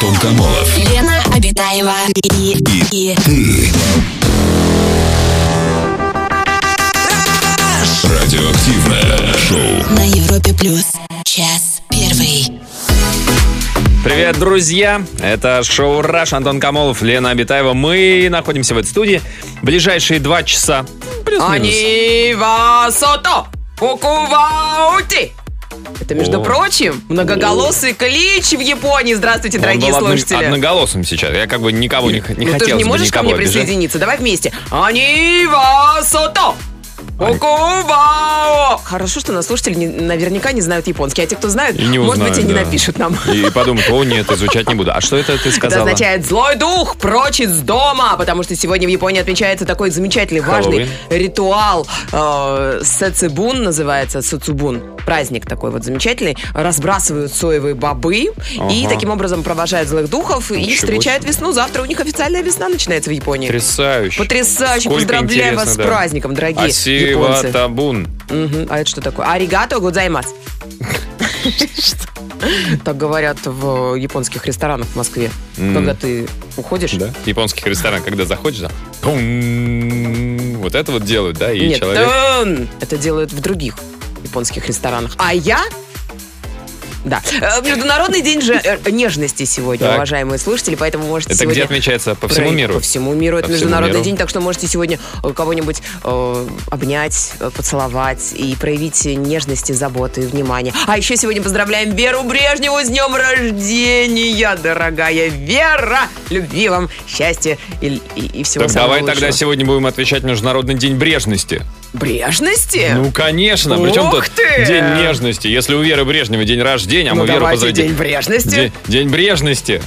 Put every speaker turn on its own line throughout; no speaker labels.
Богомолов
Лена Обитаева и, и, и
ты. Радиоактивное шоу.
на Европе плюс. Час первый.
Привет, друзья! Это шоу «Раш», Антон Камолов, Лена Абитаева. Мы находимся в этой студии. Ближайшие два часа. Они...
Они васото кукуваути. Это, между
О.
прочим, многоголосый клич в Японии. Здравствуйте, дорогие
Он был одно-
слушатели.
одноголосым сейчас. Я как бы никого не, не
ну
хотел
ты же не можешь ко
никого
мне
обижать.
присоединиться. Давай вместе. Они васото кукувао. Хорошо, что нас слушатели не- наверняка не знают японский. А те, кто знают,
И не
может
узнают,
быть, и не
да.
напишут нам.
И подумать, о нет, изучать не буду. А что это ты
Это
сказала?
означает «злой дух прочь из дома», потому что сегодня в Японии отмечается такой замечательный, важный
Хэллоуин.
ритуал. Э, Сэцебун называется, Сэцубун. Праздник такой вот замечательный. Разбрасывают соевые бобы и
Ага.
таким образом провожают злых духов и
Ничего
встречают
себе.
весну. Завтра у них официальная весна начинается в Японии.
Потрясающе.
Потрясающе!
Сколько
Поздравляю
интересно,
вас с
да. А
праздником, дорогие
Асива
японцы.
табун.
Мгм. А это что такое? Аригато гудзаймас. Так говорят в японских ресторанах в Москве.
М.
Когда ты уходишь.
Да? Японских ресторанов, когда заходишь, да? Тун. Вот это вот делают, да? И
Нет,
человек...
тон. это делают в других японских ресторанах. А я... Да. Э, Международный день же э, нежности сегодня,
Так.
уважаемые слушатели, поэтому можете
Это
сегодня...
где отмечается? По всему
Про-
миру?
По всему миру. Это
По всему
международный
миру.
день, так что можете сегодня э, кого-нибудь э, обнять, э, поцеловать и проявить нежность и заботу и внимание. А еще сегодня поздравляем Веру Брежневу с днем рождения, дорогая Вера! Любви вам, счастья и, и- и всего
Так
самого
давай
лучшего.
тогда сегодня будем отвечать Международный день брежности.
Брежности?
Ну, конечно. Причем
Э. Ух
тут
ты!
день нежности. Если у Веры Брежнева день рождения, а
Ну,
мы Веру
давайте
позовем.
день брежности.
День, день брежности.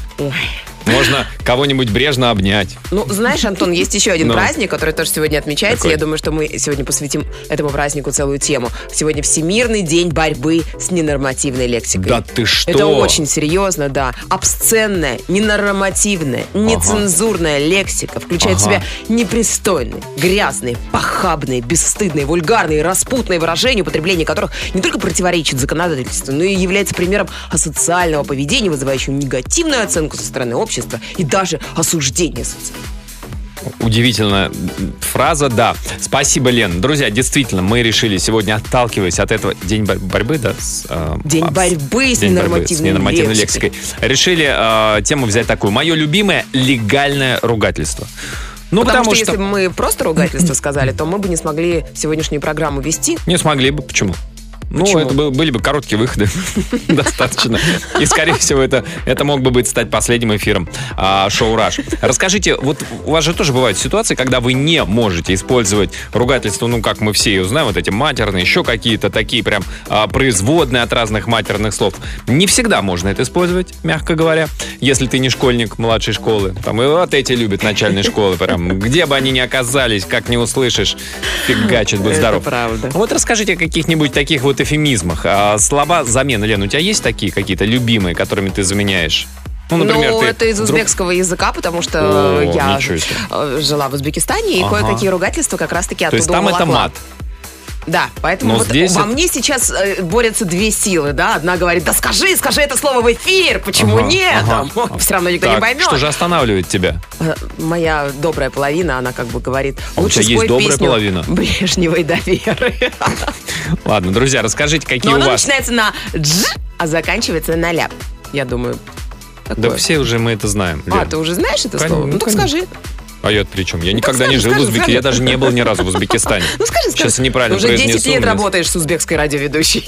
Можно кого-нибудь брежно обнять.
Ну, знаешь, Антон, есть еще один
Ну.
праздник, который тоже сегодня отмечается.
Какой?
Я думаю, что мы сегодня посвятим этому празднику целую тему. Сегодня Всемирный день борьбы с ненормативной лексикой.
Да ты что?
Э, Это очень серьезно, да. Обсценная, ненормативная, нецензурная лексика включает в
Ага.
себя непристойные, грязные, похабные, бесстыдные, вульгарные, распутные выражения, употребление которых не только противоречит законодательству, но и является примером асоциального поведения, вызывающего негативную оценку со стороны общества и даже осуждение. собственно.
Удивительная фраза, да. Спасибо, Лен. Друзья, действительно, мы решили сегодня, отталкиваясь от этого день бор- борьбы, да? с, э,
День
абс-
борьбы с
День борьбы с
ненормативной
ненормативной
лексикой.
лексикой. Решили э, тему взять такую. Мое любимое легальное ругательство. Ну,
Потому,
потому,
что, если бы мы просто ругательство сказали, то мы бы не смогли сегодняшнюю программу вести.
Не смогли бы. Почему? Ну,
Почему?
это был- были бы короткие выходы. Достаточно. И, скорее всего, это, это мог бы быть стать последним эфиром а, шоу «Раш». Расскажите, вот у вас же тоже бывают ситуации, когда вы не можете использовать ругательство, ну, как мы все ее знаем, вот эти матерные, еще какие-то такие прям а, производные от разных матерных слов. Не всегда можно это использовать, мягко говоря, если ты не школьник младшей школы. Там и вот эти любят начальные школы прям. Где бы они ни оказались, как не услышишь, фигачит, будь
Это
здоров.
правда.
Вот расскажите о каких-нибудь таких вот эфемизмах. А, слова замены, Лен, у тебя есть такие какие-то любимые, которыми ты заменяешь? Ну, например,
ну,
ты
это из
вдруг-
узбекского языка, потому что
О,
я
ничего себе.
э, жила в Узбекистане, и
Ага.
кое-какие ругательства как раз-таки
То
оттуда
есть там это
уволокла.
мат.
Да, поэтому
Но
вот
здесь
во
это-
мне сейчас э, борются две силы, да. Одна говорит, да скажи, скажи это слово в эфир, почему
Ага,
нет?
ага.
Все равно никто не
Так,
поймет.
Что же останавливает тебя?
Э, Моя добрая половина, она как бы говорит,
А у
лучше
тебя есть
спой
добрая
песню
половина?
Брежневой до Веры».
Ладно, друзья, расскажите, какие
Но
у
Ну, она
вас.
начинается на «дж», а заканчивается на «ляп». Я думаю,
Да
такое.
все уже мы это знаем.
А,
Лен.
ты уже знаешь это
Конечно,
слово? Ну так
конечно.
скажи.
А я при чем? Я никогда
скажи,
не жил в
скажи,
Узбекистане. Я
скажи.
даже не был ни разу в Узбекистане.
Ну скажи, скажи.
Сейчас неправильно
Уже 10
произнесу,
лет
блин.
работаешь с узбекской радиоведущей.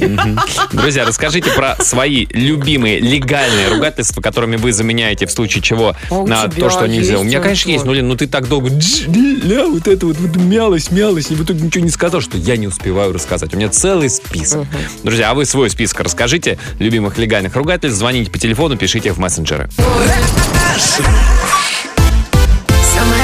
Друзья, расскажите про свои любимые легальные ругательства, которыми вы заменяете в случае чего
А у
на
тебя
то, что нельзя. У меня,
есть
конечно,
вот
есть. Ну, Лен, ну ты так долго «Дж, ля», вот это вот, вот мялась, мялась, и в итоге ничего не сказал, что я не успеваю рассказать. У меня целый список. Друзья, а вы свой список расскажите любимых легальных ругательств, звоните по телефону, пишите в мессенджеры.
Самое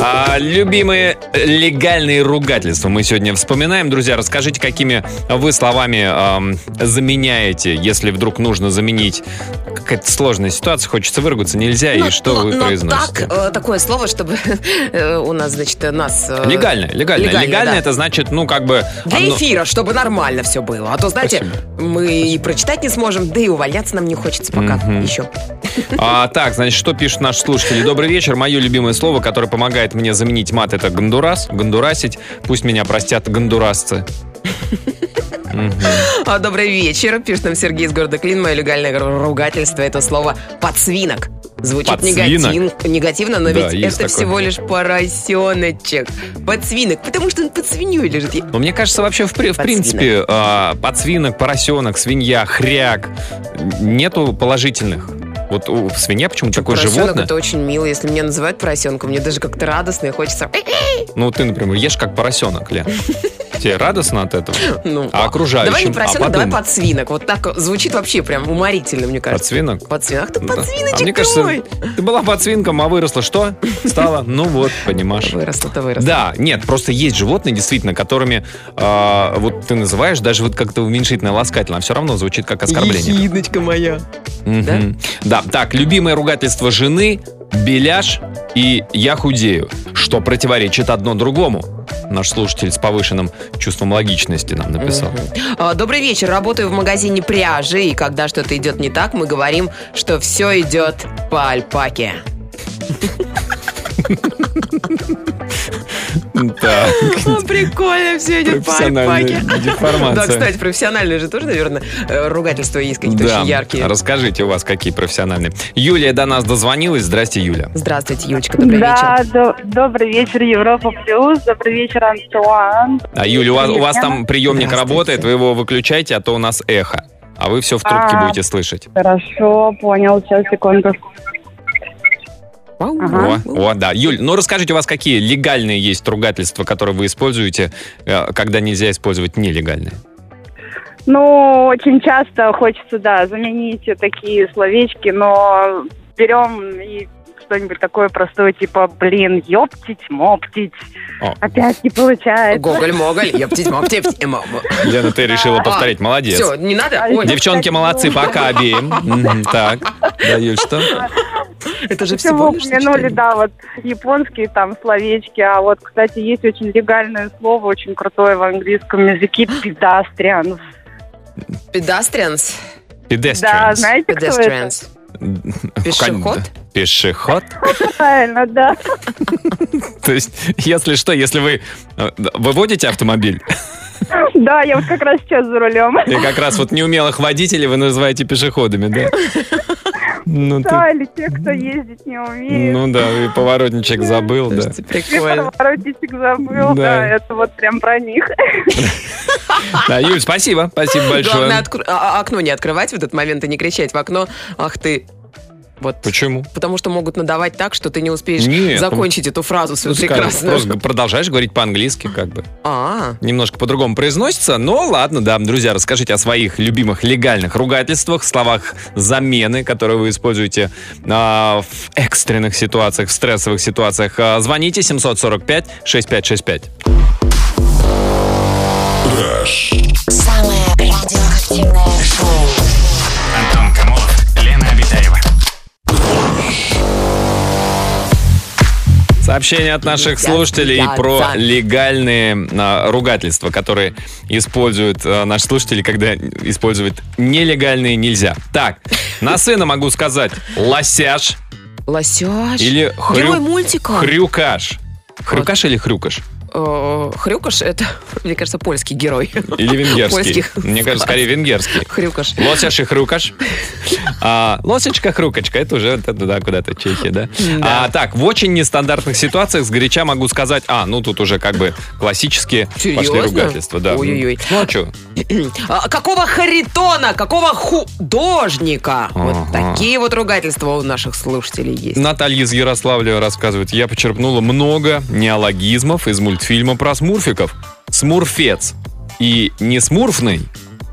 А, любимые легальные ругательства мы сегодня вспоминаем. Друзья, расскажите, какими вы словами эм, заменяете, если вдруг нужно заменить какая-то сложная ситуация, хочется выругаться, нельзя,
Но-
и что
но-
вы
но
произносите?
Ну, так, э, такое слово, чтобы э, у нас, значит, э, нас... э,
Легально, легально.
легально,
Легально,
да.
это значит, ну, как бы...
Для
оно-
эфира, чтобы нормально все было. А то, знаете, мы и прочитать не сможем, да и увольняться нам не хочется пока
Мгм.
еще.
А, так, значит, что пишут наши слушатели? Добрый вечер. Мое любимое слово, которое помогает мне заменить мат, это гондурас, гондурасить. Пусть меня простят гондурасцы. Мгм.
А, Добрый вечер, пишет нам Сергей из города Клин. Мое легальное ру- ругательство – это слово «подсвинок». Звучит
Подсвинок?
негатив- негативно, но
Да,
ведь это
есть такое.
всего лишь поросеночек. Подсвинок, потому что он под свиньей лежит. И-
Но мне кажется, вообще, в, при- в
Подсвинок.
принципе, а, подсвинок, поросенок, свинья, хряк, нету положительных. Вот у свинья почему такое
поросенок
животное?
это очень мило. Если меня называют поросенком, мне даже как-то радостно и хочется... «Э,
Ну, вот ты, например, ешь как поросенок, Лен. Тебе радостно от этого?
Ну,
А окружающим?
Давай не поросенок,
а
давай
подумай.
подсвинок. Вот так звучит вообще прям уморительно, мне кажется.
Подсвинок?
Подсвинок? Ах ты
Да.
подсвиночек
А мне
ты
кажется,
мой.
ты была подсвинком, а выросла что? Стала, ну вот, понимаешь.
Выросла-то выросла.
Да, нет, просто есть животные, действительно, которыми а, вот ты называешь даже вот как-то уменьшительно ласкательно, а все равно звучит как оскорбление.
Ехидночка моя.
Мгм. Да, так, любимое ругательство жены, беляш и я худею, что противоречит одно другому. Наш слушатель с повышенным чувством логичности нам написал.
А, Добрый вечер. Работаю в магазине пряжи, и когда что-то идет не так, мы говорим, что все идет по альпаке.
Так,
Прикольно, все идет по альпаке.
профессиональная
Да,
деформация.
кстати, профессиональные же тоже, наверное, э, ругательства есть какие-то
Да,
очень яркие.
расскажите у вас, какие профессиональные. Юлия до нас дозвонилась. Здрасте, Юля.
Здравствуйте, Юлечка, добрый
да,
вечер.
до- добрый вечер, Европа Плюс. Добрый вечер, Антуан.
А, Юля, у вас, у вас там приемник
Здравствуйте.
работает, вы его выключаете, а то у нас эхо. А вы все в трубке
А.
будете слышать.
Хорошо, понял, сейчас, секунду.
Вау.
Ага.
О, о, да. Юль, ну расскажите, у вас какие легальные есть ругательства, которые вы используете, э, когда нельзя использовать нелегальные?
Ну, очень часто хочется, да, заменить такие словечки, но берем и что-нибудь такое простое, типа, блин, ёптить, моптить.
О,
Опять не получается.
Гоголь-моголь, ептить-моптить,
Лена, ты решила
Да.
повторять, молодец.
Все, не надо?
А
Ой,
еще-
Девчонки молодцы, пока обеим. Мгм, Так, да, Юль, что?
это же всего
Всего
лишь
упомянули,
сочетание.
да, вот японские там словечки, а вот, кстати, есть очень легальное слово, очень крутое в английском языке, педастриан.
Pedestrians.
Да,
Pedestrians.
знаете, кто это?
Pedestrians.
Кон-
Пешеход?
Пешеход?
Правильно, да.
То есть, если что, если вы э, выводите автомобиль,
Да, я вот как раз сейчас за рулем.
И как раз вот неумелых водителей вы называете пешеходами, да? Ну, ты-
Да, или те, кто ездить не умеет.
ну да, и поворотничек забыл, да.
Слушайте,
И
Прикольно.
поворотничек
Да.
забыл, да, это вот прям про них.
Да, Юль, спасибо, спасибо
Главное,
большое.
откр- а- а- окно не открывать в этот момент и не кричать в окно. Ах ты. Вот.
Почему?
Потому что могут надавать так, что ты не успеешь
Нет,
закончить эту фразу свою
Ну, ты как,
прекрасную.
Просто продолжаешь говорить по-английски, как бы.
А,
Немножко по-другому произносится, но ладно, да. Друзья, расскажите о своих любимых легальных ругательствах, словах замены, которые вы используете а, в экстренных ситуациях, в стрессовых ситуациях. А, Звоните 745-6565.
Самое радиоактивное шоу.
Антон Камолов, Лена Обитаева.
Сообщение от наших
Нельзя
слушателей
ругаться.
про легальные а, ругательства, которые используют а, наши слушатели, когда используют нелегальные нельзя. Так, на сына могу сказать лосяш
лосяш.
или
Герой
хрю-
мультика.
хрюкаш. Хрюкаш или хрюкаш?
Э, Хрюкаш это, мне кажется, польский герой.
Или венгерский?
Польских.
Мне кажется, скорее венгерский.
Хрюкаш.
Лосяш и хрюкаш. А, лосечка, хрюкачка, это уже вот это, да, куда-то Чехия, да?
Да.
А, так, в очень нестандартных ситуациях сгоряча могу сказать, а, ну тут уже как бы классические пошли
Серьезно?
ругательства. Да.
Ой-ой-ой.
Ну а что?
А, Какого харитона, какого художника? Вот
Ага.
такие вот ругательства у наших слушателей есть.
Наталья из Ярославля рассказывает, я почерпнула много неологизмов из мультфильма про смурфиков. Смурфец и не смурфный,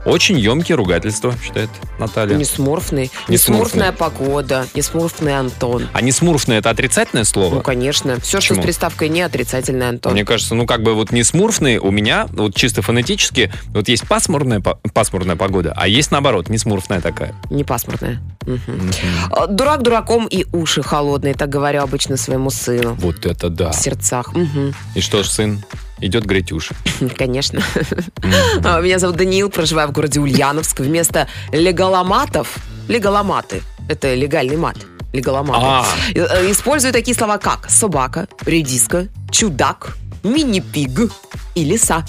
Очень емкие ругательства, считает Наталья.
Несмурфный.
Несмурфный.
Несмурфная погода. Несмурфный Антон.
А несмурфное это отрицательное слово?
Ну, конечно. Все, что
Почему?
с приставкой не отрицательное, Антон.
Мне кажется, ну как бы вот не смурфные у меня, вот чисто фонетически, вот есть пасмурная, по- пасмурная погода, а есть наоборот, не смурфная такая.
Не пасмурное. Мгм. А, Дурак дураком и уши холодные, так говорю обычно своему сыну.
Вот это да.
В сердцах. Мгм.
И что ж, сын? Идет Гретюш.
Конечно. А, Меня зовут Даниил, проживаю в городе Ульяновск. Вместо легаломатов, легаломаты, это легальный мат,
А.
легаломаты, И- э, использую такие слова, как собака, редиска, чудак, мини-пиг и лиса.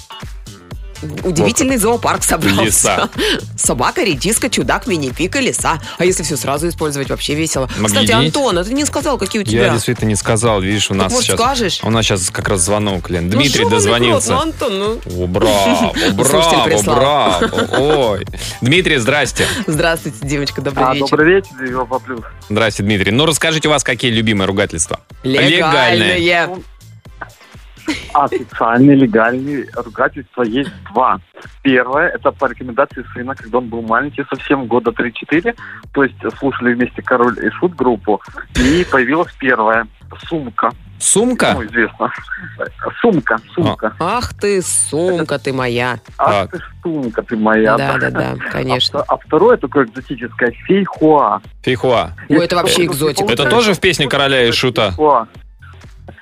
Удивительный зоопарк собрался.
Лиса.
Собака, редиска, чудак, мини-пик и лиса. А если все сразу использовать, вообще весело. Кстати,
Объединить?
Антон, а ты не сказал, какие у
Я
тебя?
действительно не сказал, видишь, у
Так,
нас
может,
сейчас...
скажешь?
У нас сейчас как раз звонок, Лен.
Ну,
Дмитрий
жёванный крот, ну,
дозвонился.
Антон, ну.
О, браво,
Слушатель
браво,
прислал.
браво. Ой. Дмитрий, здрасте.
Здравствуйте, девочка, добрый
А,
вечер.
добрый вечер, Европа Плюс.
Здрасте, Дмитрий. Ну, расскажите, у вас какие любимые ругательства? Легальные.
Легальные.
Официальные легальные ругательства есть два. Первое, это по рекомендации сына, когда он был маленький, совсем года 3-4, то есть слушали вместе Король и Шут группу, и появилась первая сумка,
Сумка?
ну, известно. Сумка, сумка.
Ах ты, сумка ты моя.
А,
Так.
ты ж сумка, ты моя.
Да, да, да,
А,
конечно.
вто- а второе такое экзотическое фейхуа.
Фейхуа.
Ой, это вообще экзотика.
Это тоже в песне «Короля и Шута»?
Фейхоа.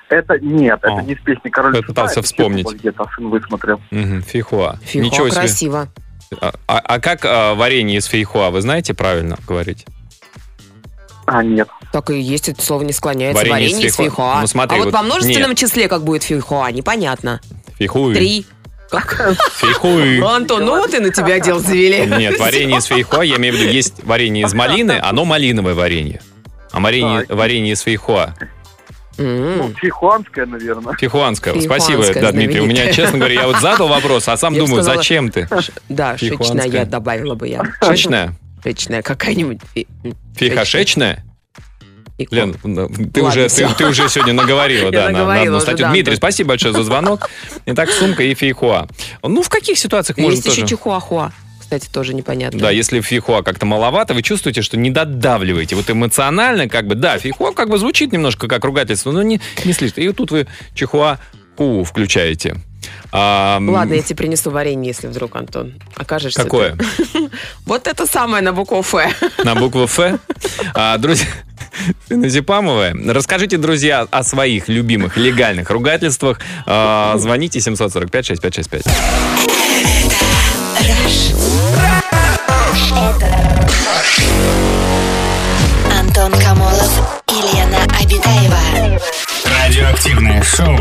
Это нет,
О.
это не в песне Король
Я
и
пытался
это
вспомнить.
где-то сын высмотрел.
Мгм, фейхуа.
Фихуа
Ничего себе.
красиво.
А, а- а как а, варенье из фейхуа, вы знаете правильно говорить?
А, нет.
Так и есть, это слово не склоняется.
Варенье
Варенье,
из
из
фейхоа.
фейхоа.
Ну, смотри,
а вот,
вот
во множественном
нет.
числе как будет фейхоа, непонятно.
Фейхуй.
Три. Как?
Фейхуй.
Ну, Антон, ну вот и на тебя дел завели.
Нет, варенье из фейхуа, я имею в виду, есть варенье из малины, оно малиновое варенье. А варенье,
Так.
варенье из фейхуа.
Ну,
М.
фейхуанское, наверное.
Фейхуанское.
Фейхуанское,
Спасибо, да, Дмитрий. У меня,
знаменитое.
честно говоря, я вот задал вопрос, а сам
Я бы
думаю,
сказала-
зачем ты?
Да,
Фейхуанская.
шичная добавила бы я.
Шечная?
Шичная какая-нибудь. Э, И-
Фейхашечная?
и-
Лен, ну, ты,
Ладно,
уже, ты,
всё.
ты уже сегодня наговорила,
Я
да, на- на,
наговорила
одну
уже,
статью.
да,
Дмитрий,
Антон.
спасибо большое за звонок. Итак, сумка и фейхуа. Ну, в каких ситуациях можно
Есть
тоже...
еще чихуахуа. Кстати, тоже непонятно.
Да, если фихуа как-то маловато, вы чувствуете, что не додавливаете. Вот эмоционально как бы, да, фихуа как бы звучит немножко как ругательство, но не, не слишком. И вот тут вы чихуа ку включаете. А, м,
Ладно, я тебе принесу варенье, если вдруг, Антон, окажешься. ты.
Какое?
Вот это самое на букву Ф.
На букву Ф. А, друзья, Назипамовая, расскажите, друзья, о своих любимых легальных ругательствах. А, звоните 745-6565.
Антон Камолов и Лена Обитаева.
Радиоактивное шоу.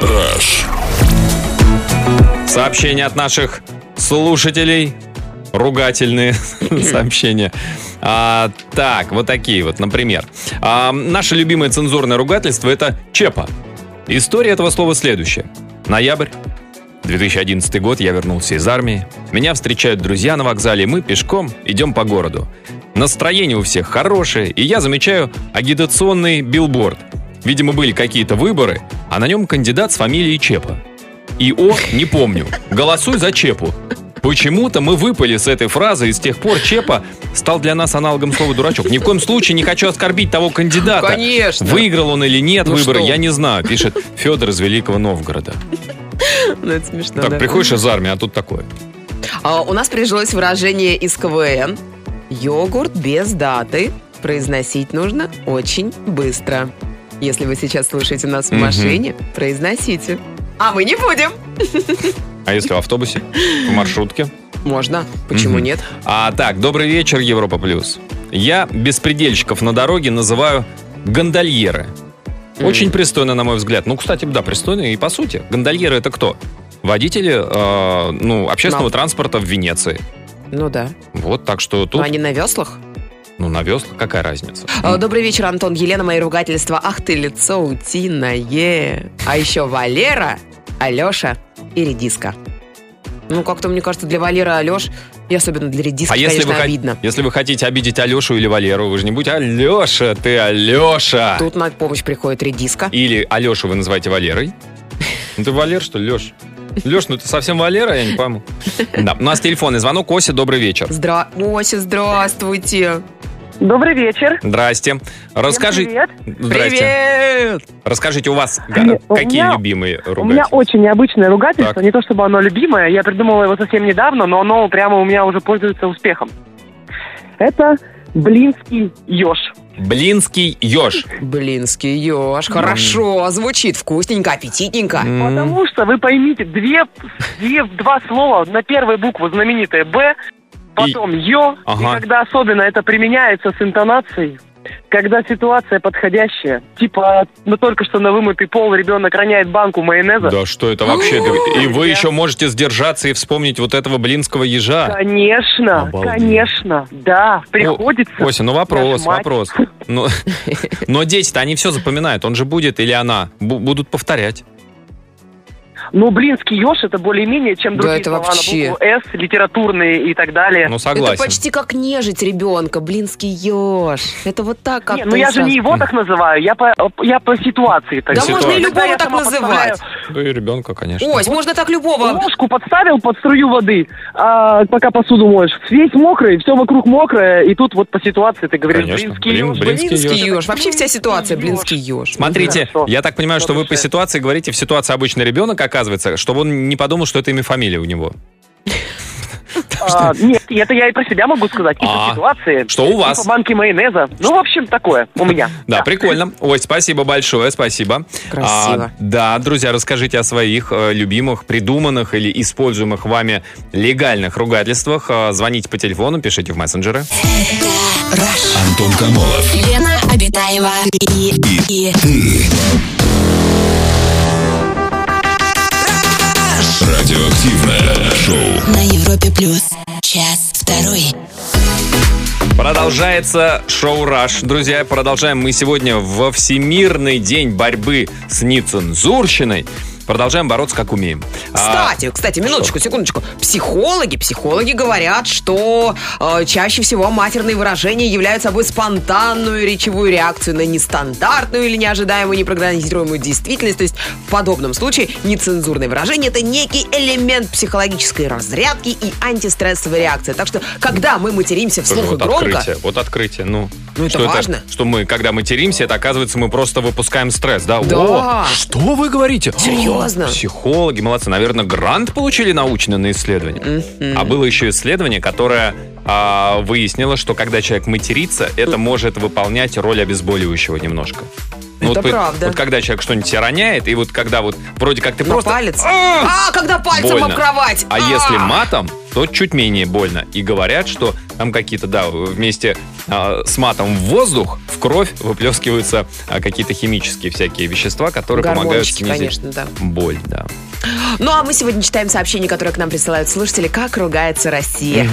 Rush.
Сообщения от наших слушателей. Ругательные сообщения. А, так, вот такие вот, например. А, наше любимое цензурное ругательство это чепа. История этого слова следующая. Ноябрь. 2011 год, я вернулся из армии. Меня встречают друзья на вокзале, мы пешком идем по городу. Настроение у всех хорошее, и я замечаю агитационный билборд. Видимо, были какие-то выборы, а на нем кандидат с фамилией Чепа. И О, не помню. Голосуй за Чепу. Почему-то мы выпали с этой фразы, и с тех пор Чепа стал для нас аналогом слова «дурачок». Ни в коем случае не хочу оскорбить того кандидата.
Конечно.
Выиграл он или нет
Ну
выборы,
что?
я не знаю, пишет Федор из Великого Новгорода.
Ну, это смешно,
Так,
да.
приходишь из армии, а тут такое.
А, у нас прижилось выражение из КВН. Йогурт без даты произносить нужно очень быстро. Если вы сейчас слушаете нас в
Мгм.
машине, произносите. А мы не будем.
А если в автобусе? В маршрутке?
Можно. Почему
Мгм.
нет?
А так, добрый вечер, Европа Плюс. Я беспредельщиков на дороге называю гондольеры. Очень пристойно, на мой взгляд. Ну, кстати, да, пристойно и по сути. Гондольеры это кто? Водители, э, ну, общественного
Нам.
транспорта в Venеции.
Ну да.
Вот, так что
Но
тут,
они на веслах.
ну, на веслах какая разница?
А, Добрый вечер, Антон. Елена, мои ругательства. Ах ты, лицо утиное. А еще Валера, Алеша и Редиска. Ну, как-то, мне кажется, для Валера Алеш, и особенно для Редиски,
А если
конечно,
вы, хо-
обидно.
если вы хотите обидеть Алешу или Валеру, вы же не будете Алеша, ты Алеша.
Тут на помощь приходит редиска.
Или Алешу вы называете Валерой. Ну, Ты Валер, что ли, Леш? Леш, ну ты совсем Валера, я не пойму. Да, у нас телефонный звонок. Ося, добрый вечер.
Здра... Ося, здравствуйте.
Добрый вечер.
Здрасте. Расскажи...
Всем привет.
Здрасте.
Привет!
Расскажите, у вас га-
Привет. У
какие
меня-
любимые
У меня
ругательства?
очень необычное ругательство,
Так.
не то чтобы оно любимое, я придумала его совсем недавно, но оно прямо у меня уже пользуется успехом. Это блинский еж.
Блинский еж.
Блинский еж. Хорошо, звучит вкусненько, аппетитненько.
М,
А, Потому что, вы поймите, две, две, два слова на первой букву знаменитое «б», потом «ё»,
Ага.
и когда особенно это применяется с интонацией, когда ситуация подходящая, типа, ну только что на вымытый пол ребенок роняет банку майонеза,
Да что это вообще? И вы еще можете сдержаться и вспомнить вот этого блинского ежа.
Конечно,
Обалдеть.
конечно, да, приходится.
Ося, ну вопрос,
Наша мать.
вопрос. Но, но дети-то они все запоминают. Он же будет или она бу- будут повторять.
Ну, блинский еж это более-менее, чем
Да,
другие
это
слова
вообще.
на букву «С», литературные и так далее.
Ну
Это
согласен.
почти как нежить ребенка, блинский еж. Это вот так как
Не, ну я же не его так называю, я по, я по ситуации. Так
Да
говорю.
можно и
ситуация.
Когда
любого
я
так
сама
называть.
Да Ну, и ребенка, конечно.
Ось, можно так любого.
Ложку подставил под струю воды, а, пока посуду моешь. Весь мокрый, все вокруг мокрое, и тут вот по ситуации ты говоришь
Конечно,
«блинский
блин,
еж».
блин. Блинский
Блинский
еж.
еж. Вообще вся ситуация блинский
Блинский
еж.
Смотрите,
Хорошо.
я так понимаю, что вы по
Хорошо.
ситуации говорите, в ситуации обычный ребенок оказывается, чтобы он не подумал, что это имя фамилия у него.
А, Нет, это я и про себя могу сказать, и
А,
по ситуации.
что у
и
вас?
по банке майонеза. Ну, в общем, такое у меня.
Да, прикольно. Ой, спасибо большое, спасибо.
Красиво.
А, да, друзья, расскажите о своих э, любимых, придуманных или используемых вами легальных ругательствах. А, звоните по телефону, пишите в мессенджеры.
Антон Камолов.
Лена Обитаева и, и
Радиоактивное шоу.
на Европе плюс. Час второй.
Продолжается шоу «Раш». Друзья, продолжаем мы сегодня во Всемирный день борьбы с нецензурщиной. Продолжаем бороться, как умеем. А,
Кстати, кстати, минуточку, секундочку. Психологи, психологи говорят, что э, чаще всего матерные выражения являются собой спонтанную речевую реакцию на нестандартную или неожидаемую, непрогнозируемую действительность. То есть в подобном случае нецензурное выражение это некий элемент психологической разрядки и антистрессовой реакции. Так что, когда мы материмся
Тоже
вслух и
вот
громко,
открытие. Вот открытие. Ну,
Ну, это
что
важно.
что мы, когда материмся, это оказывается, мы просто выпускаем стресс, да?
Да.
О, что вы говорите?
Серьезно?
О, психологи, молодцы. Наверное, грант получили научно на исследование.
Мгм.
А было еще исследование, которое а, выяснило, что когда человек матерится, это может выполнять роль обезболивающего немножко. Ну,
Это
вот,
правда.
Вот когда человек что-нибудь тебя роняет, и вот когда вот вроде как ты
на
просто...
палец.
А!
А, когда пальцем
Больно.
об кровать.
А если матом, то чуть менее больно. И говорят, что там какие-то, да, вместе а, с матом в воздух, в кровь выплескиваются а, какие-то химические всякие вещества, которые помогают
Гормончики,
снизить
конечно, да.
боль. Да.
Ну а мы сегодня читаем сообщения, которые к нам присылают слушатели, как ругается Россия.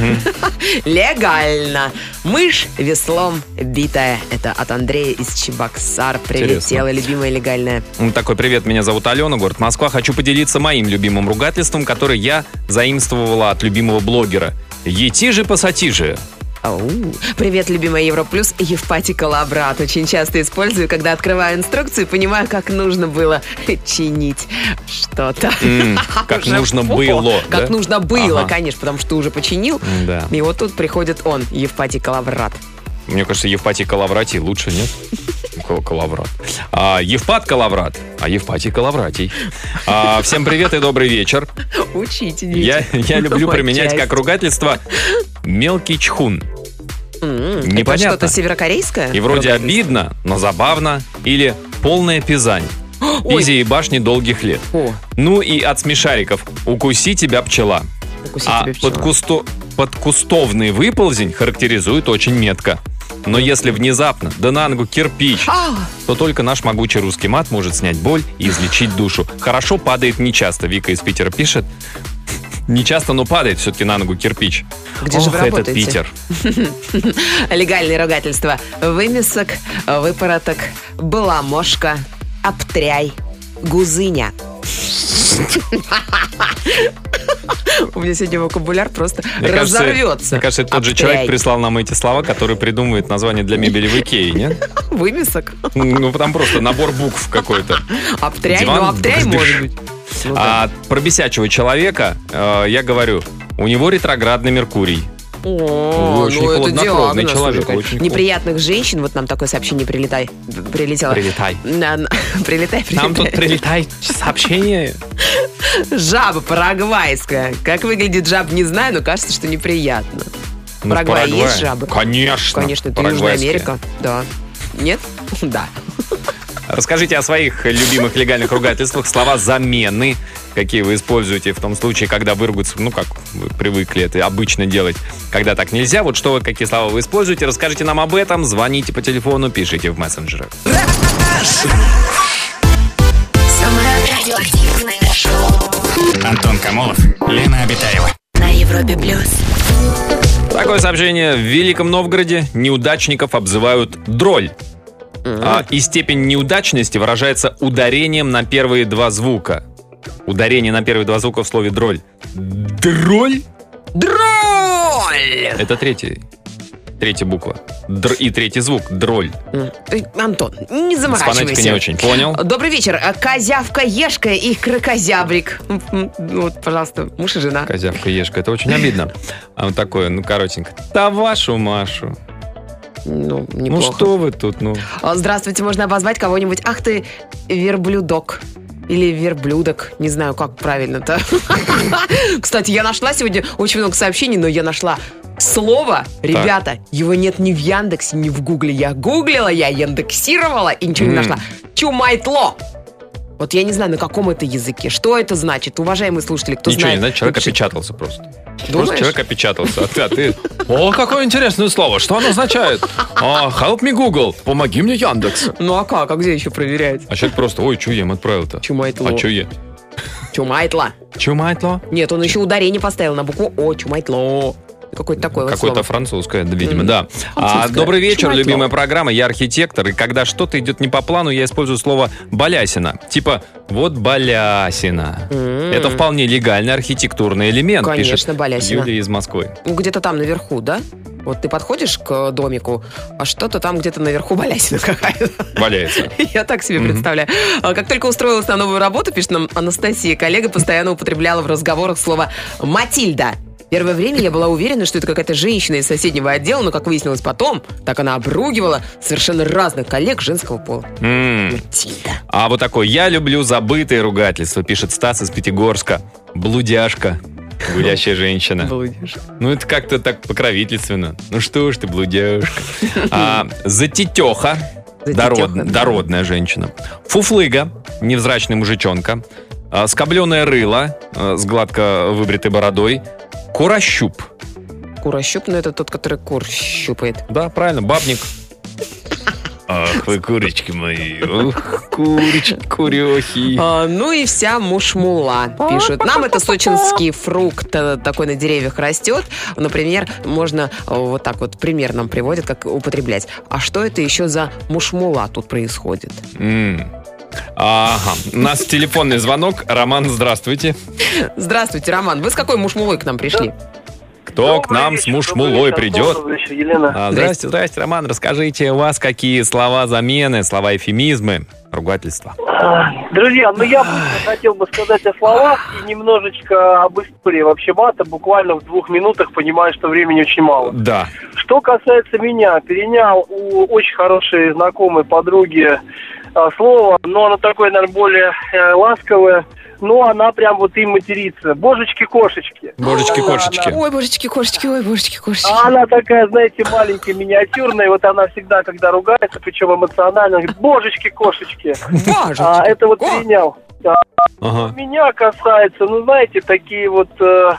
Легально. Мышь веслом битая. Это от Андрея из Чебоксар. Прилетела, любимая легальная.
Он Ну, такой, привет, меня зовут Алена, город Москва. Хочу поделиться моим любимым ругательством, которое я заимствовала от любимого блогера. Ети же пассатижи.
Ау. Привет, любимая Европлюс, Евпатий Колобрат. Очень часто использую, когда открываю инструкцию и понимаю, как нужно было чинить что-то.
М, как
Уже
нужно
фу.
было,
Как
да?
нужно было,
Ага.
конечно, потому что ты уже починил.
Да.
И вот тут приходит он, Евпатий Коловрат.
Мне кажется, Евпатий Калавратий лучше, нет? Кал- Калаврат. А, Евпат Калаврат, а Евпатий Калавратий. А, всем привет и добрый вечер.
Учите,
Я, я люблю
Ой,
применять
часть.
как ругательство мелкий чхун.
М, Это
Непонятно.
что-то северокорейское?
И вроде
Ругательство.
обидно, но забавно. Или полная пизань.
Ой.
Изи и башни долгих лет.
О,
Ну и от смешариков. Укуси тебя пчела.
укусить
А
тебя пчела.
подкусто- подкустовный выползень характеризует очень метко. Но если внезапно, да на ногу кирпич,
А,
то только наш могучий русский мат может снять боль и излечить душу. Хорошо падает нечасто, Вика из Питера пишет. Нечасто, но падает все-таки на ногу кирпич.
Где
Ох,
же вы
этот
работаете?
Питер.
Легальные ругательства. Вымесок, выпороток, баламошка, обтряй, гузыня. У меня сегодня вокабуляр просто
Мне кажется,
разорвется.
Мне кажется, это тот же
Обтряй.
человек прислал нам эти слова, который придумывает название для мебели в Икее, нет?
Вымесок.
Ну, там просто набор букв какой-то.
Обтряй,
Диван
ну обтряй
вздых.
может быть. Ну да.
А про бесячего человека э, я говорю, у него ретроградный Меркурий.
О,
очень
ну это
холоднокровный
дело. Агнес,
человек,
слушай,
очень
Неприятных женщин, вот нам такое сообщение прилетай, прилетело.
Прилетай.
На- на- Прилетай,
Нам тут
прилетай.
прилетай сообщение.
Жаба парагвайская. Как выглядит жаба, не знаю, но кажется, что неприятно.
Ну,
Парагвай
Парагвай.
есть жабы?
Конечно.
Конечно, это Южная
парагвайские.
Америка. Да. Нет? Да.
Расскажите о своих любимых легальных ругательствах. Слова замены, какие вы используете в том случае, когда вы ругаетесь, ну, как вы привыкли это обычно делать, когда так нельзя. Вот что вы, какие слова вы используете, расскажите нам об этом, звоните по телефону, пишите в мессенджерах.
Самое радиоактивное шоу
Антон Камолов, Лена Обитаева.
на Европе плюс.
Такое сообщение. В Великом Новгороде неудачников обзывают дроль. А, и степень неудачности выражается ударением на первые два звука. Ударение на первые два звука в слове дроль. Дроль?
Дроль!
Это третий. Третья буква. Др и третий звук. Дроль.
М, ты, Антон, не
С фонетикой
заморачивайся.
не очень. Понял?
Добрый вечер. А, Козявка Ешка и крокозябрик. М, м, ну Вот, пожалуйста, муж и жена.
Козявка, ешка. Это очень обидно. А вот такое, ну, коротенько. Да вашу Машу.
Ну,
Ну,
неплохо.
что вы тут, ну.
А, Здравствуйте, можно обозвать кого-нибудь. Ах ты, верблюдок. Или верблюдок. Не знаю, как правильно-то. Кстати, я нашла сегодня очень много сообщений, но я нашла слово. Ребята, его нет ни в Яндексе, ни в Гугле. Я гуглила, я яндексировала и ничего не
М.
нашла. Чумайтло. Вот я не знаю, на каком это языке. Что это значит? Уважаемые слушатели, кто
Ничего
знает...
не знает, человек
напишите.
опечатался просто. Просто
Думаешь?
человек опечатался. А ты, а ты, О, какое интересное слово. Что оно означает? А, help me Google. Помоги мне Яндекс.
Ну а как? А где еще проверяют?
А человек просто, ой, чё я им отправил-то?
Чумайтло.
А чё я?
Чумайтло.
Чумайтло?
Нет, он еще ударение поставил на букву О, чумайтло. Какое-то такое вот
Какое-то
слово.
французское, да, видимо,
Мгм.
да. А,
Французское.
добрый вечер,
Чумайтло.
любимая программа. Я архитектор, и когда что-то идет не по плану, я использую слово «балясина». Типа «вот балясина».
М.
Это вполне легальный архитектурный элемент,
Конечно,
пишет
балясина.
Юлия из Москвы.
Ну, Где-то там наверху, да? Вот ты подходишь к э, домику, а что-то там где-то наверху балясина какая-то.
Валяется.
Я так себе
Мгм.
представляю. А Как только устроилась на новую работу, пишет нам Анастасия, коллега постоянно употребляла в разговорах слово «Матильда». Первое время я была уверена, что это какая-то женщина из соседнего отдела, но, как выяснилось потом, так она обругивала совершенно разных коллег женского пола.
М.
Матильда.
А вот такой «Я люблю забытые ругательства», пишет Стас из Пятигорска. «Блудяшка». Гулящая женщина.
Блудишь.
Ну, это как-то так покровительственно. Ну что ж ты, блудяшка. А, затетеха.
Затетеха,
Дород-
да.
дородная женщина. Фуфлыга, невзрачный мужичонка. А, скобленое рыло а, с гладко выбритой бородой. Курощуп.
Курощуп, но это тот, который кур щупает.
Да, правильно, бабник. Ах, вы курочки мои. Ох, курочки, курехи.
А, ну и вся мушмула, пишут. Нам это сочинский фрукт э, такой на деревьях растет. Например, можно э, вот так вот пример нам приводит, как употреблять. А что это еще за мушмула тут происходит?
М. Ага, у нас телефонный звонок. Роман, здравствуйте.
Здравствуйте, Роман. Вы с какой мушмулой к нам пришли?
Кто к нам с мушмулой придет?
Елена.
А, Здрасте, здрасте, Роман. Расскажите, у вас какие слова замены, слова эфемизмы, ругательства?
Друзья, ну я быстро хотел бы сказать о словах и немножечко об истории вообще мата. Буквально в двух минутах понимаю, что времени очень мало.
Да.
Что касается меня, перенял у очень хорошей знакомой подруги а, слово, но оно такое, наверное, более э, ласковое. Но она прям вот и матерится. Божечки-кошечки.
Божечки-кошечки.
Ой, божечки, кошечки, ой, божечки, кошечки.
А она такая, знаете, маленькая, миниатюрная. И Вот она всегда, когда ругается, причем эмоционально, говорит, божечки-кошечки.
Божечки.
А, это вот
О,
перенял.
Ага.
меня касается, ну, знаете, такие вот, э,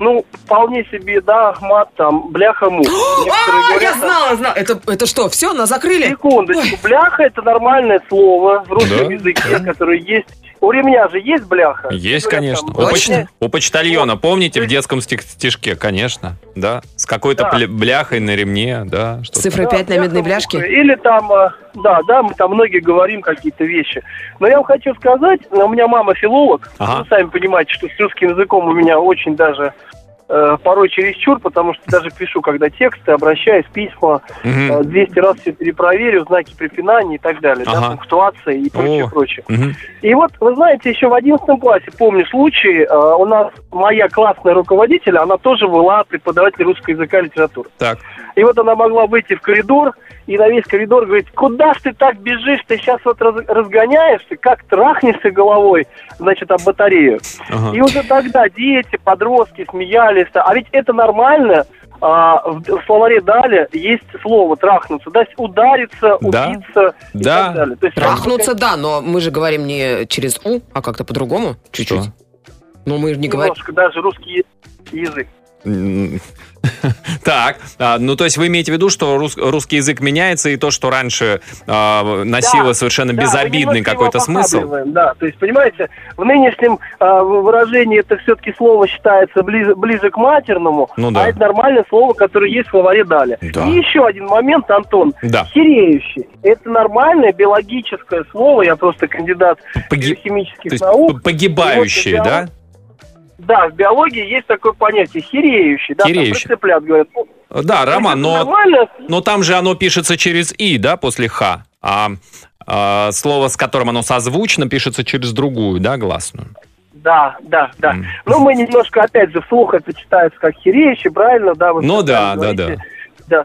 ну, вполне себе, да, мат там, бляха-мух. Некоторые
а,
говорят,
я знала, знала. Это, это что, все, нас закрыли?
Секундочку, бляха – это нормальное слово в русском
Да,
языке, которое есть. У ремня же есть бляха?
Есть,
Говорят,
конечно.
там,
У, поч-
«Бляха».
у почтальона, помните, в детском стих- стишке, конечно, да? С какой-то
Да.
пля- бляхой на ремне, да? что-то.
Цифры 5 на
бляха-муха.
медной бляшке.
Или там, э, да, да, мы там многие говорим какие-то вещи. Но я вам хочу сказать, у меня мама филолог,
Ага.
вы сами понимаете, что с русским языком у меня очень даже э, порой чересчур, потому что даже пишу, когда тексты, обращаюсь, письма,
Мгм.
э, 200 раз все перепроверю, знаки препинания и так далее, да,
Ага.
пунктуация и прочее,
О.
прочее.
Мгм.
И вот, вы знаете, еще в 11 классе, помню случай, э, у нас моя классная руководитель, она тоже была преподаватель русского языка и литературы.
Так.
И вот она могла выйти в коридор и на весь коридор говорит, куда ж ты так бежишь, ты сейчас вот раз- разгоняешься, как трахнешься головой, значит, об батарею.
Ага.
И уже тогда дети, подростки смеялись. А ведь это нормально. А, в, в словаре «дали» есть слово «трахнуться». То есть удариться,
Да.
убиться и
Да.
так далее. То есть,
Трахнуться, да, но мы же говорим не через «у», а как-то по-другому, чуть-чуть.
Что?
Ну, мы же не говорим...
Немножко даже русский язык.
М. Так, а, ну то есть вы имеете в виду, что рус- русский язык меняется, и то, что раньше а, носило
Да,
совершенно
Да, мы
безобидный
немножко его
какой-то смысл?
обосабливаем, Да, то есть, понимаете, в нынешнем а, в- выражении это все-таки слово считается ближе, ближе к матерному,
Ну да.
а это нормальное слово, которое есть в словаре «дали».
Да.
И еще один момент, Антон.
Да.
Хиреющий. Это нормальное биологическое слово, я просто кандидат
Погиб-
химических
То есть
наук.
п- погибающие,
И вот
да?
Да, в биологии есть такое понятие хиреющий, да, там
Хиреющий.
про цыплят говорят. Ну,
Да, Роман,
это
но,
нормально?
но там же оно пишется через «и», да, после «х». А, а, слово, с которым оно созвучно, пишется через другую, да, гласную.
Да, да, да.
М.
Ну, мы немножко, опять же, вслух это читается как хиреющий, правильно, да? вы
Ну
всё
да,
правильно
да,
говорите. да. да.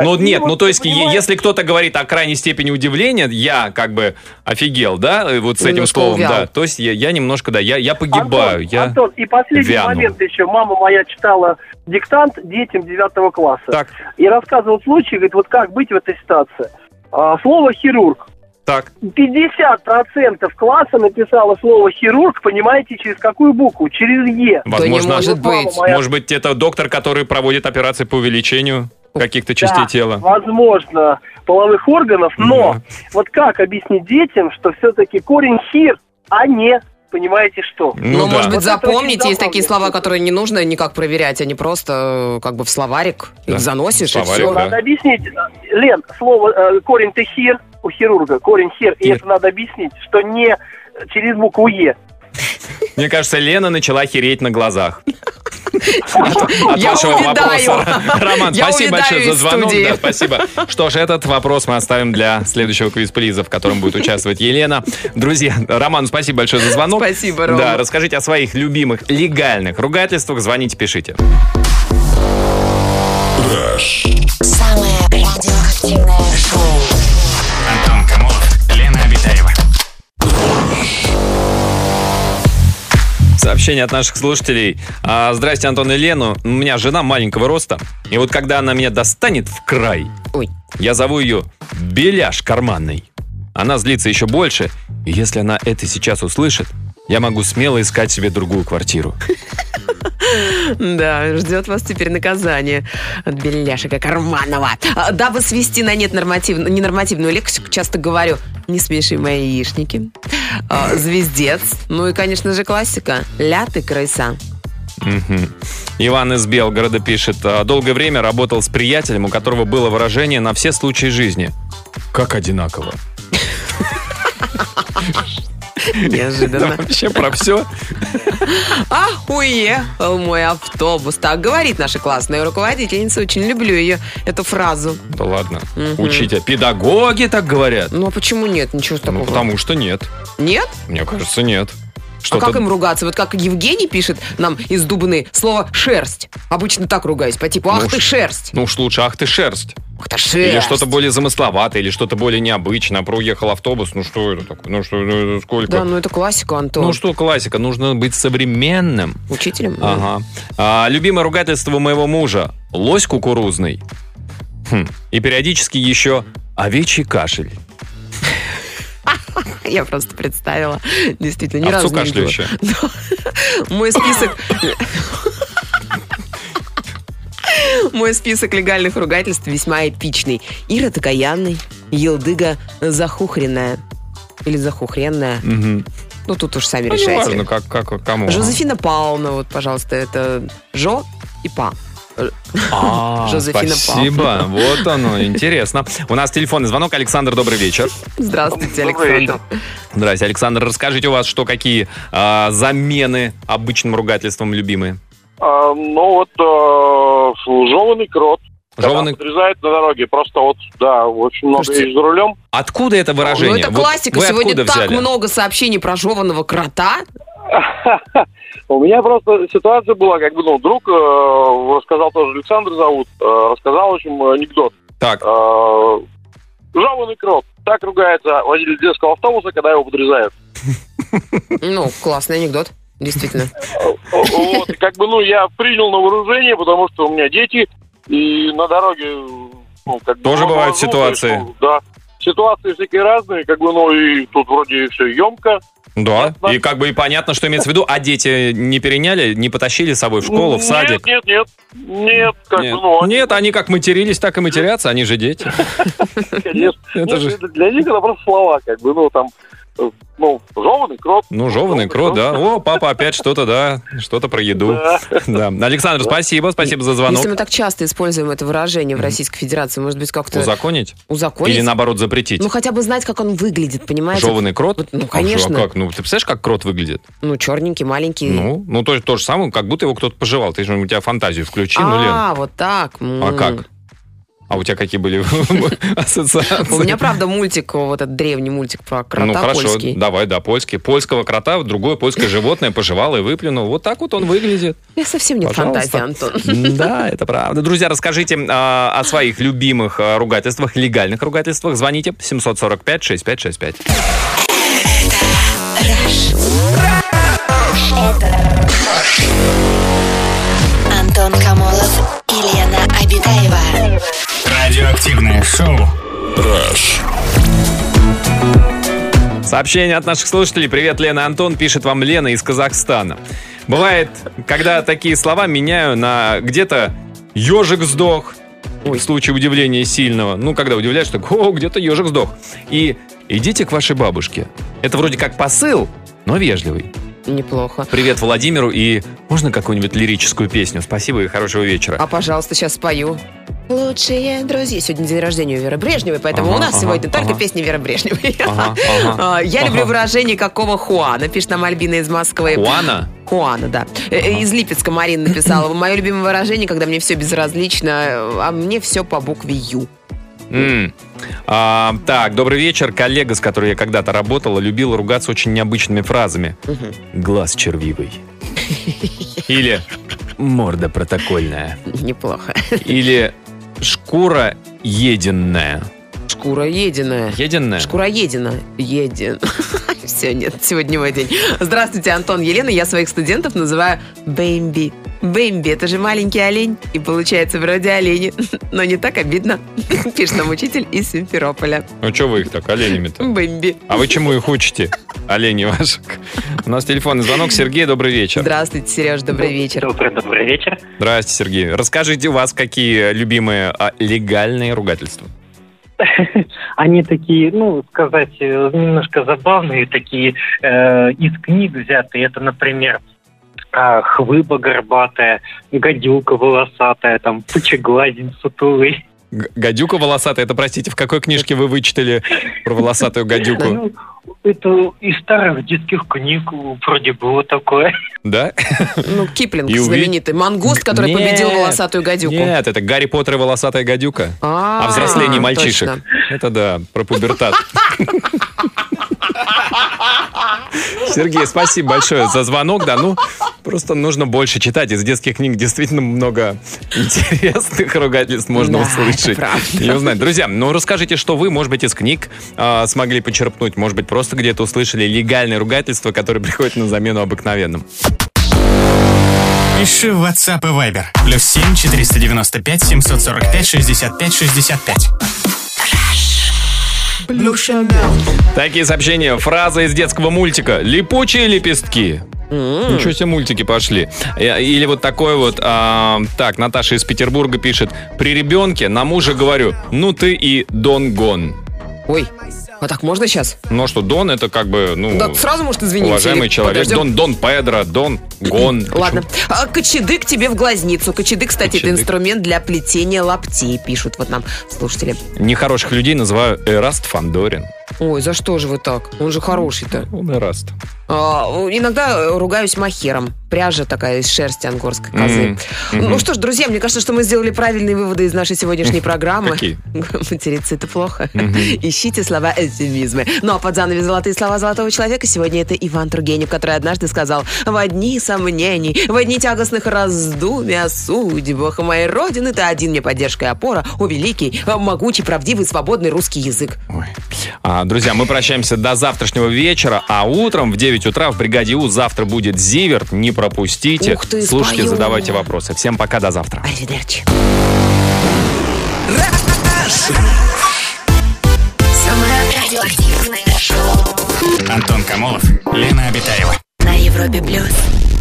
Ну
И
нет,
вот,
ну то есть, е-
понимаете,
если кто-то говорит о крайней степени удивления, я как бы офигел, да, э, вот с этим
Немножко
словом,
Ну, увял.
да. То есть я, я немножко, да, я, я погибаю.
Антон,
я...
Антон, и последний
вяну.
момент еще. Мама моя читала диктант детям девятого класса.
Так,
И рассказывал случай, говорит, вот как быть в этой ситуации. А, слово «хирург».
так.
50% класса написало слово «хирург», понимаете, через какую букву? Через «е».
Ну, Возможно,
не может
Мама
быть.
моя
может быть, это доктор, который проводит операции по увеличению каких-то частей
Да,
тела.
Возможно, половых органов, но
Да.
вот как объяснить детям, что все-таки корень хир, а не, понимаете что?
Ну
но,
да.
может быть,
Вот это
запомните,
очень
есть такие
забавно.
слова, которые не нужно никак проверять, они просто э, как бы в словарик
Да.
их заносишь,
Словарик,
и все.
да.
Надо объяснить, Лен, слово э, корень-то хир у хирурга, корень хир, и
Хир.
это надо объяснить, что не через букву Е.
Мне кажется, Лена начала хереть на глазах. От
Я
вашего
увядаю.
вопроса. Роман,
Я
спасибо большое за
увядаю из
звонок.
студии.
Да, спасибо. Что ж, этот вопрос мы оставим для следующего квиз-плиза, в котором будет участвовать Елена. Друзья, Роман, спасибо большое за звонок.
Спасибо, Рома.
Да, расскажите о своих любимых легальных ругательствах. Звоните, пишите.
Самое радиоактивное шоу.
Антон Камолов, Лена Обитаева.
Сообщение от наших слушателей. А, Здрасте, Антон и Лену. У меня жена маленького роста. И вот когда она меня достанет в край,
Ой.
я зову ее «беляш карманный». Она злится еще больше. И если она это сейчас услышит, я могу смело искать себе другую квартиру.
Да, ждет вас теперь наказание от Беляшика Карманова. А, Дабы свести на нет нормативную, ненормативную лексику, часто говорю, не смеши мои яичники, а, звездец, ну и, конечно же, классика, ля ты крыса.
Мгм. Иван из Белгорода пишет. «А, Долгое время работал с приятелем, у которого было выражение на все случаи жизни. Как одинаково.
Неожиданно.
Вообще про все.
Ахуехал мой автобус. Так говорит наша классная руководительница. Очень люблю ее, эту фразу.
Да ладно.
Мгм.
Учите. Педагоги так говорят.
Ну а почему нет? Ничего такого.
Ну, потому что нет.
Нет?
Мне кажется, нет. Что
а как им ругаться? Вот как Евгений пишет нам из Дубны слово «шерсть». Обычно так ругаюсь, по типу «ах
Ну,
ты
ш-
шерсть».
Ну уж лучше, ах ты шерсть.
Ах ты шерсть.
Или что-то более замысловатое, или что-то более необычное. А Проехал автобус, ну что это такое? Ну что, ну, сколько?
Да, ну это классика, Антон.
ну что, классика, нужно быть современным.
Учителем?
Ага. А, любимое ругательство моего мужа. Лось кукурузный. Хм. И периодически еще овечий кашель.
Я просто представила. Действительно, ни
Овцу
разу не видела.
кашляющее.
Мой список... Мой список легальных ругательств весьма эпичный. Ира Токаянный, Елдыга Захухренная. Или Захухренная.
Мгм.
Ну, тут уж сами
Ну,
решайте.
неважно, как, как, кому.
Жозефина Пауна, вот, пожалуйста, это Жо и Па.
А,
Жозефина
Спасибо, вот оно, интересно. У нас телефонный звонок. Александр, добрый вечер.
Здравствуйте,
Добрый
Александр. Ну,
Здрасте, Александр. Расскажите у вас, что какие а, замены обычным ругательством любимые?
А, ну вот э, жеванный крот. когда
Жеванный-
подрезает на дороге. Просто вот, да, очень много
Слушайте,
едешь за рулем.
Откуда это выражение?
Ну, это
Вот
классика.
вы
Сегодня
откуда
так
взяли?
много сообщений про жеванного крота.
У меня просто ситуация была, как бы, ну, друг э, рассказал тоже, Александр зовут, э, рассказал, в общем, анекдот.
Так,
Э, Жеванный крот. Так ругается водитель детского автобуса, когда его подрезают.
Ну, классный анекдот. Действительно.
Вот, и как бы, ну, я принял на вооружение, потому что у меня дети, и на дороге... ну, как бы,
Тоже
ну,
бывают
ну,
ситуации.
ну, Да, ситуации всякие разные, как бы, ну, и тут вроде все емко.
да. И как бы и понятно, что имеется в виду. А дети не переняли, не потащили с собой в школу, в садик?
Нет, нет, нет, нет, как
Нет.
бы, ну, они,
Нет, а они как матерились, так и матерятся, они же дети.
конечно,
Это
нет,
же-
Ну, для них это просто слова, как бы, ну, там, э, ну, жеванный крот.
Ну, жеванный крот, да. О, папа опять что-то, да, что-то про еду.
Да.
Да. Александр, спасибо, спасибо за звонок.
Если мы так часто используем это выражение в Российской Федерации, может быть, как-то
Узаконить?
узаконить?
Или наоборот запретить?
Ну, хотя бы знать, как он выглядит, понимаете?
Жеванный крот?
Вот, ну,
А
конечно.
что, А как? Ну, ты представляешь, как крот выглядит?
Ну, черненький, маленький.
Ну, ну то, то же самое, как будто его кто-то пожевал. Ты же у тебя фантазию включи, ну, Лен.
а, вот так.
А как? А у тебя какие были ассоциации?
У меня, правда, мультик, вот этот древний мультик про крота
Ну хорошо,
польский.
давай, да, польский. Польского крота, другое польское животное пожевало и выплюнул. Вот так вот он выглядит.
Я совсем нет
Пожалуйста.
фантазии, Антон.
Да, это правда. Друзья, расскажите а, о своих любимых а, ругательствах, легальных ругательствах. Звоните 745-6565.
Антон Камолов и Лена Обитаева.
Радиоактивное шоу.
Сообщение от наших слушателей. Привет, Лена Антон. Пишет вам Лена из Казахстана. Бывает, когда такие слова меняю на где-то ежик сдох. В случае удивления сильного. Ну, когда удивляешься, так, о, где-то ежик сдох. И идите к вашей бабушке. Это вроде как посыл, но вежливый.
Неплохо.
Привет Владимиру и можно какую-нибудь лирическую песню? Спасибо и хорошего вечера.
А, пожалуйста, сейчас спою. Лучшие друзья. Сегодня день рождения у Веры Брежневой, поэтому
Ага,
у нас
ага,
сегодня только
ага.
песни Веры Брежневой.
Ага, ага.
А, Я люблю
Ага.
выражение какого Хуана, пишет нам Альбина из Москвы.
Хуана?
Хуана, да. Э, э, Из Липецка Марина написала. Мое любимое выражение, когда мне все безразлично, э, а мне все по букве Ю.
М. А, так, добрый вечер. Коллега, с которой я когда-то работала, любила ругаться очень необычными фразами. Глаз червивый. Или морда протокольная.
Неплохо.
Или шкура еденная.
Шкура единая.
Еденная?
Шкура едина. Един. Все, нет, сегодня мой день. Здравствуйте, Антон, Елена. Я своих студентов называю Бэмби. Бэмби, это же маленький олень. И получается вроде олени. Но не так обидно. Пишет нам учитель из Симферополя.
Ну что вы их так оленями-то?
Бэмби.
А вы чему их учите? Олени ваших. У нас телефонный звонок. Сергей, добрый вечер.
Здравствуйте, Сереж, добрый
Ну,
вечер.
Добрый, добрый вечер.
Здрасте, Сергей. Расскажите, у вас какие любимые а, легальные ругательства?
Они такие, ну, сказать, э, немножко забавные, такие э, из книг взятые. Это, например, а, хвыба горбатая, гадюка волосатая, там, пучеглазень сутулый.
Г- Гадюка волосатая, это, простите, в какой книжке вы вычитали про волосатую гадюку?
Ну, это из старых детских книг вроде было такое.
Да?
Ну, Киплинг
И уви-
знаменитый. Мангуст, который
Нет.
победил волосатую гадюку.
Нет, это Гарри Поттер и волосатая гадюка.
А,
О взрослении
точно.
мальчишек. Это да, про пубертат. Сергей, спасибо большое за звонок. Да, ну, просто нужно больше читать. Из детских книг действительно много интересных ругательств можно
Да,
услышать
это правда.
и узнать. Друзья, ну расскажите, что вы, может быть, из книг а, смогли почерпнуть, может быть, просто где-то услышали легальное ругательство, которое приходит на замену обыкновенным.
Пиши в WhatsApp и Viber. Плюс 7 495 745 65 65.
Такие сообщения. Фраза из детского мультика. Липучие лепестки. Ничего себе мультики пошли. Э, Или вот такой вот, а, так, Наташа из Петербурга пишет. При ребенке на мужа говорю, ну ты и Дон Гон.
Ой, а так можно сейчас?
Ну а что, Дон это как бы, ну,
Да сразу, может, извиниться.
уважаемый
или
человек.
подождем?
Дон, Дон Педро, Дон Гон.
Ладно. А, кочедык тебе в глазницу. Кочедык, кстати,
Кочедык.
это инструмент для плетения лаптей, пишут вот нам слушатели.
Почему? Нехороших людей называю Эраст э, Фандорин.
Ой, за что же вы так? Он же хороший-то.
Он и раст.
А, иногда ругаюсь махером. Пряжа такая из шерсти ангорской козы.
Мгм.
Ну
Мгм.
что ж, друзья, мне кажется, что мы сделали правильные выводы из нашей сегодняшней программы.
Какие?
Материться это плохо.
Мгм.
Ищите слова эфемизмы. Ну а под занавес «Золотые слова золотого человека» сегодня это Иван Тургенев, который однажды сказал «В одни сомнений, в одни тягостных раздумий о судьбах моей родины ты один мне поддержка и опора, о великий, могучий, правдивый, свободный русский язык».
А, друзья, мы прощаемся до завтрашнего вечера, а утром в 9 утра в бригаде У завтра будет Зиверт. Не пропустите.
Ух ты,
Слушайте,
спою.
задавайте вопросы. Всем пока, до завтра.
Аривидерчи.
Самое радиоактивное шоу
Антон Камолов, Лена Обитаева.
на Европе плюс.